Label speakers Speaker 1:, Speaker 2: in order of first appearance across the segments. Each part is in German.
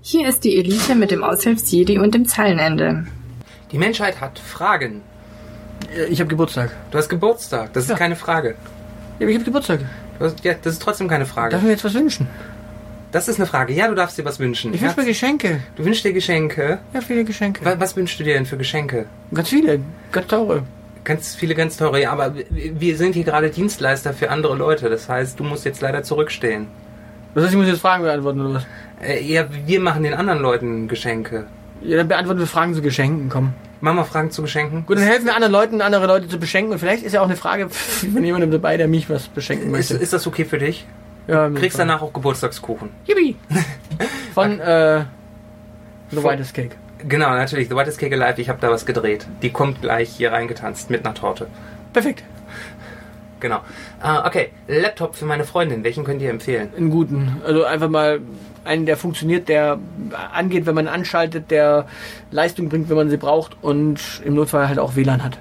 Speaker 1: Hier ist die Elite mit dem Aushilfsjedi und dem Zeilenende.
Speaker 2: Die Menschheit hat Fragen.
Speaker 3: Äh, Ich habe Geburtstag.
Speaker 2: Du hast Geburtstag, das ist
Speaker 3: Ja.
Speaker 2: keine Frage.
Speaker 3: Ja, aber ich habe Geburtstag.
Speaker 2: Du hast, ja, das ist trotzdem keine Frage.
Speaker 3: Darf ich mir jetzt was wünschen?
Speaker 2: Das ist eine Frage. Ja, du darfst dir was wünschen.
Speaker 3: Ich wünsche mir Geschenke.
Speaker 2: du wünschst dir Geschenke.
Speaker 3: Ja, viele Geschenke.
Speaker 2: Wa- Was wünschst du dir denn für Geschenke?
Speaker 3: Ganz viele. Ganz teure.
Speaker 2: Ganz viele ganz teure, ja, aber w- wir sind hier gerade Dienstleister für andere Leute. Das heißt, du musst jetzt leider zurückstehen.
Speaker 3: Das heißt, ich muss jetzt Fragen beantworten oder was?
Speaker 2: Äh, ja, wir machen den anderen Leuten Geschenke.
Speaker 3: Ja, dann beantworten wir Fragen zu Geschenken, komm.
Speaker 2: Machen wir Fragen zu Geschenken?
Speaker 3: Gut, dann helfen wir anderen Leuten, andere Leute zu beschenken. Und vielleicht ist ja auch eine Frage von jemandem dabei, der mich was beschenken
Speaker 2: Ist,
Speaker 3: möchte.
Speaker 2: ist das okay für dich?
Speaker 3: ja,
Speaker 2: Du kriegst danach auch Geburtstagskuchen.
Speaker 3: Yippie! Von, äh, The Whitest Cake.
Speaker 2: Genau, natürlich. The Whitest Cake Alive, ich habe da was gedreht. Die kommt gleich hier reingetanzt mit einer Torte.
Speaker 3: Perfekt.
Speaker 2: Genau. Äh, okay, Laptop für meine Freundin. Welchen könnt ihr empfehlen?
Speaker 3: Einen guten. Also einfach mal einen, der funktioniert, der angeht, wenn man anschaltet, der Leistung bringt, wenn man sie braucht und im Notfall halt auch WLAN hat.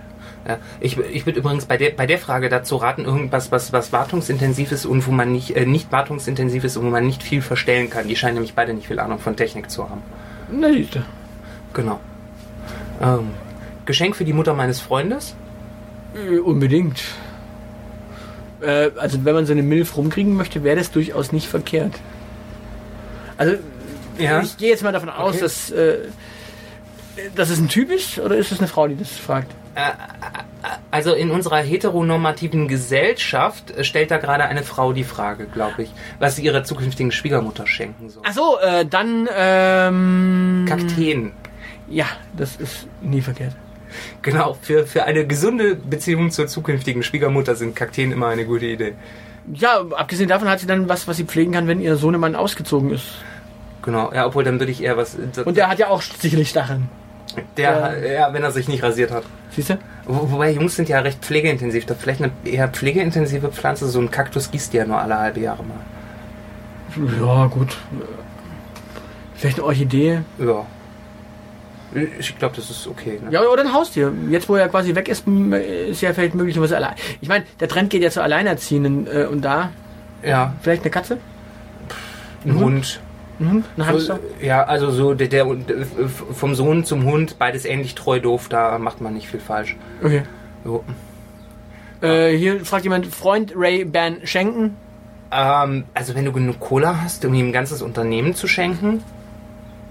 Speaker 2: Ja, ich ich würde übrigens bei der, bei der Frage dazu raten, irgendwas, was, was wartungsintensiv ist und wo man nicht, äh, nicht wartungsintensiv ist und wo man nicht viel verstellen kann. Die scheinen nämlich beide nicht viel Ahnung von Technik zu haben.
Speaker 3: Na, siehst du.
Speaker 2: Genau. Ähm, Geschenk für die Mutter meines Freundes?
Speaker 3: Äh, Unbedingt. Äh, also wenn man so eine Milf rumkriegen möchte, wäre das durchaus nicht verkehrt. Also
Speaker 2: Ja.
Speaker 3: ich gehe jetzt mal davon aus,
Speaker 2: Okay.
Speaker 3: dass, äh, dass es ein Typ ist oder ist es eine Frau, die das fragt?
Speaker 2: Also in unserer heteronormativen Gesellschaft äh, stellt da gerade eine Frau die Frage, glaube ich, was sie ihrer zukünftigen Schwiegermutter schenken soll.
Speaker 3: Ach so, äh, dann ähm,
Speaker 2: Kakteen.
Speaker 3: ja, das ist nie verkehrt.
Speaker 2: Genau, für, für eine gesunde Beziehung zur zukünftigen Schwiegermutter sind Kakteen immer eine gute Idee.
Speaker 3: Ja, abgesehen davon hat sie dann was, was sie pflegen kann, wenn ihr Sohnemann ausgezogen ist.
Speaker 2: Genau, ja, obwohl dann würde ich eher was.
Speaker 3: Und der hat ja auch sicherlich Stacheln.
Speaker 2: der, ja, wenn er sich nicht rasiert hat.
Speaker 3: Siehst du?
Speaker 2: Wo, wobei Jungs sind ja recht pflegeintensiv. Da vielleicht eine eher pflegeintensive Pflanze, so ein Kaktus gießt die ja nur alle halbe Jahre mal.
Speaker 3: Ja, gut. Vielleicht eine Orchidee.
Speaker 2: Ja. Ich glaube, das ist okay. Ne?
Speaker 3: Ja, oder ein Haustier. Jetzt, wo er quasi weg ist, m- ist ja vielleicht möglicherweise allein. Ich meine, der Trend geht ja zu Alleinerziehenden äh, und da
Speaker 2: ja.
Speaker 3: vielleicht eine Katze,
Speaker 2: Ein Hund.
Speaker 3: mhm. ein
Speaker 2: So,
Speaker 3: Hamster.
Speaker 2: ja, also so der, der äh, vom Sohn zum Hund, beides ähnlich treu doof, da macht man nicht viel falsch.
Speaker 3: Okay.
Speaker 2: So.
Speaker 3: Äh, hier fragt jemand, Freund Ray Ban schenken.
Speaker 2: Ähm, also wenn du genug Cola hast, um ihm ein ganzes Unternehmen zu schenken,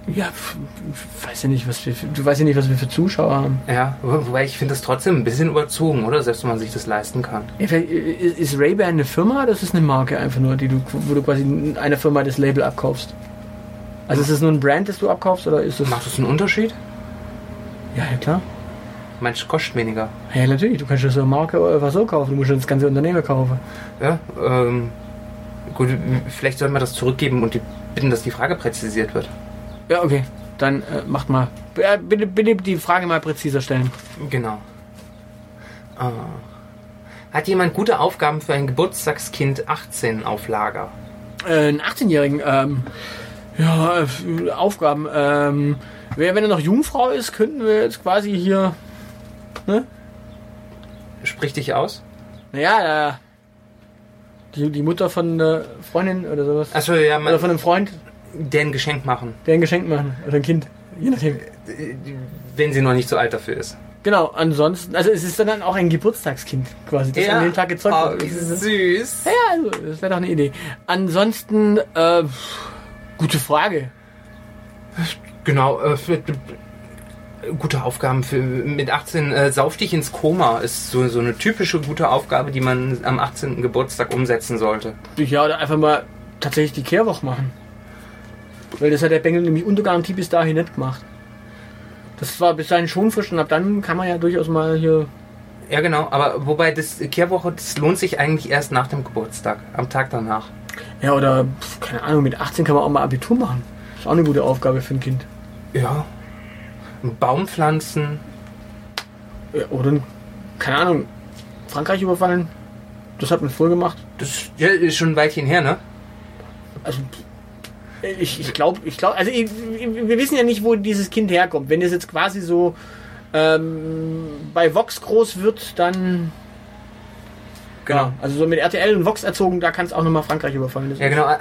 Speaker 3: Ja, f- f- weiß ja nicht, was wir für, du weißt ja nicht, was wir für Zuschauer haben.
Speaker 2: ja, wo- wobei ich finde das trotzdem ein bisschen überzogen, oder? Selbst wenn man sich das leisten kann.
Speaker 3: Ja, vielleicht, äh, ist ist Ray Ban eine Firma oder ist es eine Marke einfach nur, die du, wo du quasi einer Firma das Label abkaufst? Also ist es nur ein Brand, das du abkaufst oder ist es.
Speaker 2: Macht das einen Unterschied?
Speaker 3: Ja, ja klar.
Speaker 2: Mensch, kostet weniger.
Speaker 3: Ja, natürlich, du kannst ja so eine Marke oder was so kaufen, du musst ja das ganze Unternehmen kaufen.
Speaker 2: Ja, ähm, gut, m- vielleicht sollten wir das zurückgeben und die, bitten, dass die Frage präzisiert wird.
Speaker 3: Ja, okay. Dann äh, macht mal. Äh, bitte, bitte die Frage mal präziser stellen.
Speaker 2: Genau. Ah. Hat jemand gute Aufgaben für ein Geburtstagskind 18 auf Lager?
Speaker 3: Äh, einen 18-Jährigen, ähm, ja, äh, Aufgaben. Ähm, wer, wenn er noch Jungfrau ist, könnten wir jetzt quasi hier.
Speaker 2: Sprich dich aus?
Speaker 3: Naja, äh, die, die Mutter von einer Freundin oder sowas.
Speaker 2: Achso, Also, ja, man,
Speaker 3: Oder von einem Freund,
Speaker 2: der ein Geschenk machen,
Speaker 3: der ein Geschenk machen. Oder ein Kind. Je nachdem.
Speaker 2: wenn sie noch nicht so alt dafür ist.
Speaker 3: Genau, ansonsten. Also, es ist dann auch ein Geburtstagskind quasi, das an dem Tag gezeugt
Speaker 2: oh,
Speaker 3: wird.
Speaker 2: wie süß.
Speaker 3: Ja, also, das wäre doch eine Idee. Ansonsten, äh, gute Frage.
Speaker 2: Genau, äh, für, äh, gute Aufgaben für mit 18 äh, sauf dich ins Koma ist so, so eine typische gute Aufgabe, die man am 18. Geburtstag umsetzen sollte.
Speaker 3: Ja, oder einfach mal tatsächlich die Kehrwoche machen. Weil das hat der Bengel nämlich unter Garantie bis dahin nicht gemacht. Das war bis dahin schon frisch und ab dann kann man ja durchaus mal hier.
Speaker 2: Ja, genau, aber wobei das Kehrwoche, das lohnt sich eigentlich erst nach dem Geburtstag, am Tag danach.
Speaker 3: Ja, oder pf, keine Ahnung, mit 18 kann man auch mal Abitur machen. Ist auch eine gute Aufgabe für ein Kind.
Speaker 2: Ja. Ein Baum pflanzen.
Speaker 3: Ja, oder, ein- keine Ahnung, Frankreich überfallen. Das hat man früher gemacht.
Speaker 2: Das ja, ist schon ein Weilchen her, ne?
Speaker 3: Also ich, ich glaube, ich glaube, also ich, wir wissen ja nicht, wo dieses Kind herkommt. Wenn es jetzt quasi so ähm, bei Vox groß wird, dann Genau. Also so mit RTL und Vox erzogen, da kannst du auch nochmal Frankreich überfallen. Das
Speaker 2: Ja,
Speaker 3: ist-
Speaker 2: genau. äh,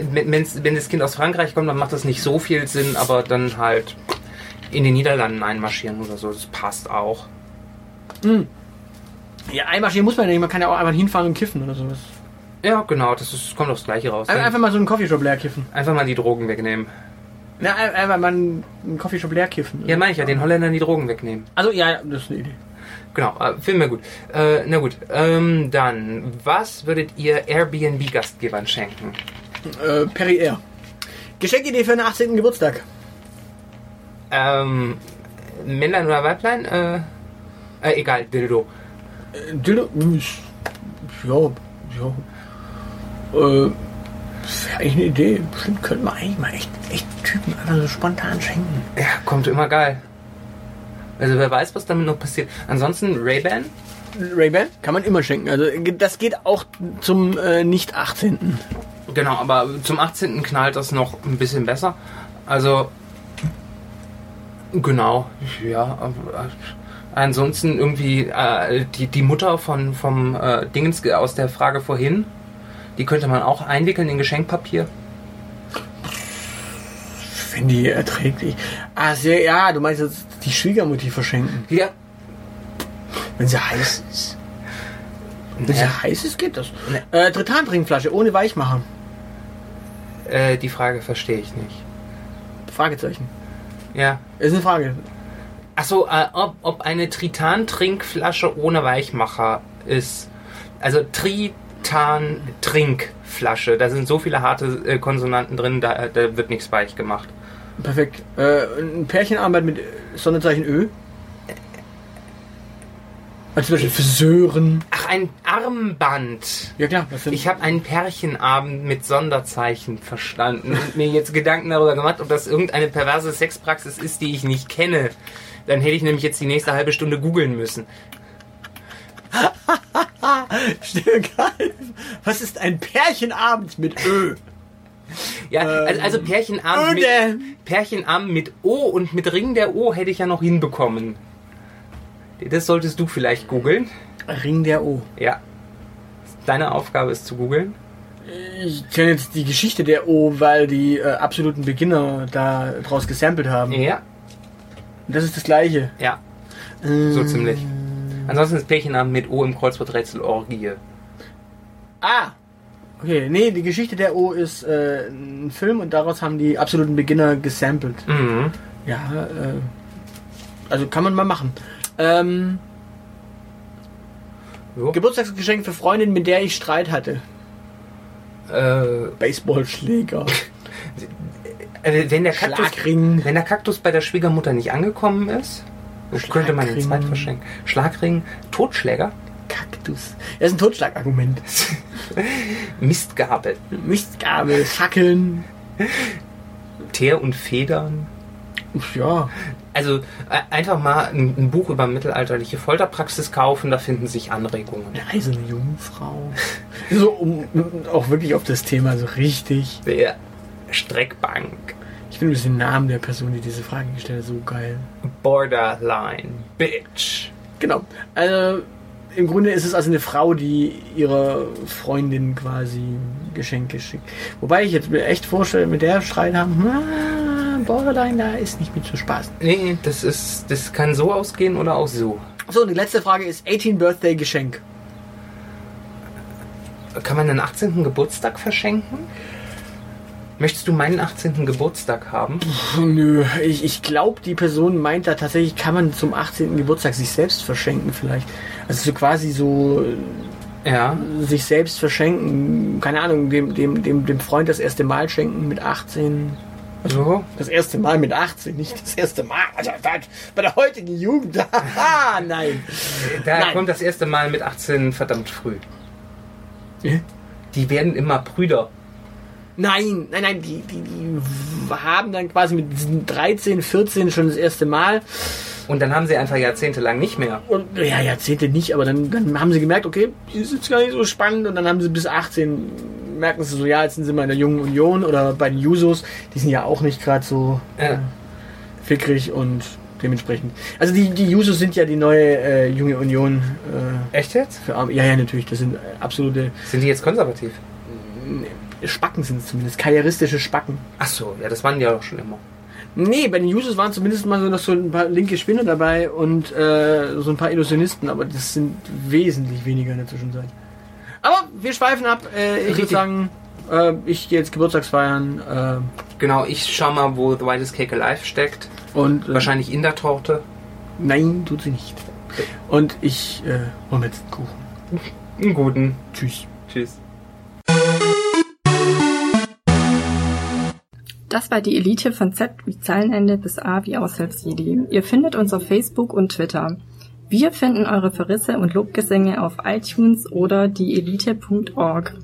Speaker 2: äh, Wenn, wenn's- wenn das Kind aus Frankreich kommt, dann macht das nicht so viel Sinn, aber dann halt in den Niederlanden einmarschieren oder so. Das passt auch.
Speaker 3: Ja, einmarschieren muss man ja nicht. Man kann ja auch einfach hinfahren und kiffen oder sowas.
Speaker 2: Ja, genau. Das ist, kommt aufs Gleiche raus.
Speaker 3: Ein- Einfach
Speaker 2: Einfach,
Speaker 3: mal so einen Coffeeshop leer kiffen.
Speaker 2: einfach mal die Drogen wegnehmen.
Speaker 3: Na, ein- einfach mal einen einen Coffeeshop leer kiffen.
Speaker 2: Ja, meine ich ja. Den Holländern die Drogen wegnehmen.
Speaker 3: Also ja, das ist eine Idee.
Speaker 2: Genau, äh, finden wir gut. Äh, na gut, ähm, dann, was würdet ihr Airbnb-Gastgebern schenken?
Speaker 3: Äh, Perry Air. Geschenkidee für den 18. Geburtstag.
Speaker 2: Ähm, Männlein oder Weiblein? Äh, äh, egal, Dildo.
Speaker 3: Äh, Dildo. hm, ist- Ja, ja. Äh, das wäre eigentlich eine Idee. Bestimmt könnte man eigentlich mal echt, echt Typen einfach so spontan schenken.
Speaker 2: Ja, kommt immer geil. Also wer weiß, was damit noch passiert. Ansonsten Ray-Ban?
Speaker 3: Ray-Ban kann man immer schenken. Also das geht auch zum äh, nicht 18.
Speaker 2: Genau, aber zum 18. knallt das noch ein bisschen besser. Also, genau, ja. äh, Ansonsten irgendwie äh, die, die Mutter von, vom äh, Dingens aus der Frage vorhin, die könnte man auch einwickeln in Geschenkpapier.
Speaker 3: Wenn die erträgt. Ich. Ah, sehr, ja, du meinst jetzt die Schwiegermutti verschenken.
Speaker 2: Ja.
Speaker 3: Wenn sie heiß ist. Wenn
Speaker 2: Naja,
Speaker 3: sie heiß ist, geht das.
Speaker 2: Nee.
Speaker 3: Äh, Tritantrinkflasche ohne Weichmacher.
Speaker 2: äh, die Frage verstehe ich nicht.
Speaker 3: Fragezeichen.
Speaker 2: Ja.
Speaker 3: Ist eine Frage.
Speaker 2: Achso, äh, ob, ob eine Tritan-Trinkflasche ohne Weichmacher ist. Also Tritan-Trinkflasche. Da sind so viele harte äh, Konsonanten drin, da, da wird nichts weich gemacht.
Speaker 3: Perfekt. Äh, ein Pärchenarmband mit äh, Sonderzeichen Ö. Also zum Beispiel Friseuren.
Speaker 2: Ach, ein Armband.
Speaker 3: Ja klar, das sind
Speaker 2: Ich habe einen Pärchenabend mit Sonderzeichen verstanden und mir jetzt Gedanken darüber gemacht, ob das irgendeine perverse Sexpraxis ist, die ich nicht kenne. Dann hätte ich nämlich jetzt die nächste halbe Stunde googeln müssen.
Speaker 3: Was ist ein Pärchenabend mit Ö?
Speaker 2: Ja, also,
Speaker 3: Ähm,
Speaker 2: also Pärchenabend,
Speaker 3: Öde.
Speaker 2: mit, Pärchenabend mit O und mit Ring der O hätte ich ja noch hinbekommen. Das solltest du vielleicht googeln.
Speaker 3: Ring der O.
Speaker 2: Ja. Deine Aufgabe ist zu googeln.
Speaker 3: Ich kenne jetzt die Geschichte der O, weil die äh, absoluten Beginner da draus gesampelt haben.
Speaker 2: Ja,
Speaker 3: Und das ist das Gleiche. Ähm,
Speaker 2: ja, so ziemlich. Ansonsten ist Pärchenabend mit O im Kreuzworträtsel Orgie.
Speaker 3: Ah! Okay, nee, die Geschichte der O ist äh, ein Film und daraus haben die absoluten Beginner gesampelt.
Speaker 2: Mhm.
Speaker 3: Ja, äh, also kann man mal machen. Ähm,
Speaker 2: Jo.
Speaker 3: Geburtstagsgeschenk für Freundin, mit der ich Streit hatte.
Speaker 2: Äh,
Speaker 3: Baseballschläger,
Speaker 2: Äh, Wenn der, Kaktus,
Speaker 3: Schlagring.
Speaker 2: wenn der Kaktus bei der Schwiegermutter nicht angekommen ist, könnte man den
Speaker 3: Schlagring.
Speaker 2: zweiten verschenken. Schlagring, Totschläger,
Speaker 3: Kaktus. Das ist ein Totschlagargument.
Speaker 2: Mistgabel,
Speaker 3: Mistgabel, Fackeln.
Speaker 2: Teer und Federn.
Speaker 3: Ja,
Speaker 2: Also äh, einfach mal ein, ein Buch über mittelalterliche Folterpraxis kaufen, da finden sich Anregungen.
Speaker 3: eine eiserne Jungfrau. So, um, um auch wirklich auf das Thema so richtig.
Speaker 2: Der Streckbank,
Speaker 3: Ich finde den Namen der Person, die diese Frage gestellt hat, so geil.
Speaker 2: Borderline, Bitch.
Speaker 3: Genau. Also im Grunde ist es also eine Frau, die ihrer Freundin quasi Geschenke schickt. Wobei ich jetzt mir echt vorstelle, mit der Streit haben, ah, Borderline, da ist nicht mit zu spaßen.
Speaker 2: Nee, das ist, das kann so ausgehen oder auch so.
Speaker 3: So, und die letzte Frage ist 18 Birthday Geschenk.
Speaker 2: Kann man den 18. Geburtstag verschenken? Möchtest du meinen 18. Geburtstag haben?
Speaker 3: Puh, nö, ich, ich glaube, die Person meint da tatsächlich, kann man zum 18. Geburtstag sich selbst verschenken vielleicht. Also so quasi so
Speaker 2: Ja.
Speaker 3: äh, sich selbst verschenken, keine Ahnung, dem, dem, dem, dem Freund das erste Mal schenken mit 18.
Speaker 2: So?
Speaker 3: Das erste Mal mit 18, nicht das erste Mal. Also was? bei der heutigen Jugend. Haha, nein.
Speaker 2: Da
Speaker 3: Nein.
Speaker 2: kommt das erste Mal mit 18 verdammt früh.
Speaker 3: Hä?
Speaker 2: Die werden immer brüder.
Speaker 3: Nein, nein, nein, die, die, die haben dann quasi mit 13, 14 schon das erste Mal
Speaker 2: Und dann haben sie einfach jahrzehntelang nicht mehr.
Speaker 3: und ja, Jahrzehnte nicht, aber dann, dann haben sie gemerkt, okay, ist jetzt gar nicht so spannend und dann haben sie bis 18 merken sie so, ja, jetzt sind sie mal in der jungen Union oder bei den Jusos, die sind ja auch nicht gerade so
Speaker 2: Äh,
Speaker 3: fickrig und dementsprechend. Also die, die Jusos sind ja die neue äh, junge Union äh,
Speaker 2: Echt jetzt?
Speaker 3: für Arme. Ja, ja, natürlich. Das sind äh, absolute
Speaker 2: Sind die jetzt konservativ?
Speaker 3: Spacken sind es zumindest, karrieristische Spacken.
Speaker 2: Ach so, ja, das waren die ja doch schon immer.
Speaker 3: Nee, bei den Users waren zumindest mal so noch so ein paar linke Spinner dabei und äh, so ein paar Illusionisten, aber das sind wesentlich weniger in der Zwischenzeit. Aber wir schweifen ab. Äh, ich würde
Speaker 2: Richtig.
Speaker 3: sagen, äh, ich gehe jetzt äh, Geburtstagsfeiern
Speaker 2: Genau, ich schau mal, wo The Whitest Cake Alive steckt.
Speaker 3: äh, und äh,
Speaker 2: Wahrscheinlich in der Torte.
Speaker 3: Nein, tut sie nicht. Und ich äh, hol mir jetzt einen Kuchen.
Speaker 2: Einen guten.
Speaker 3: Tschüss.
Speaker 2: Tschüss.
Speaker 1: Das war die Elite von Z wie Zeilenende bis A wie Aushilfsjedi. Ihr findet uns auf Facebook und Twitter. Wir finden eure Verrisse und Lobgesänge auf iTunes oder dieelite.org.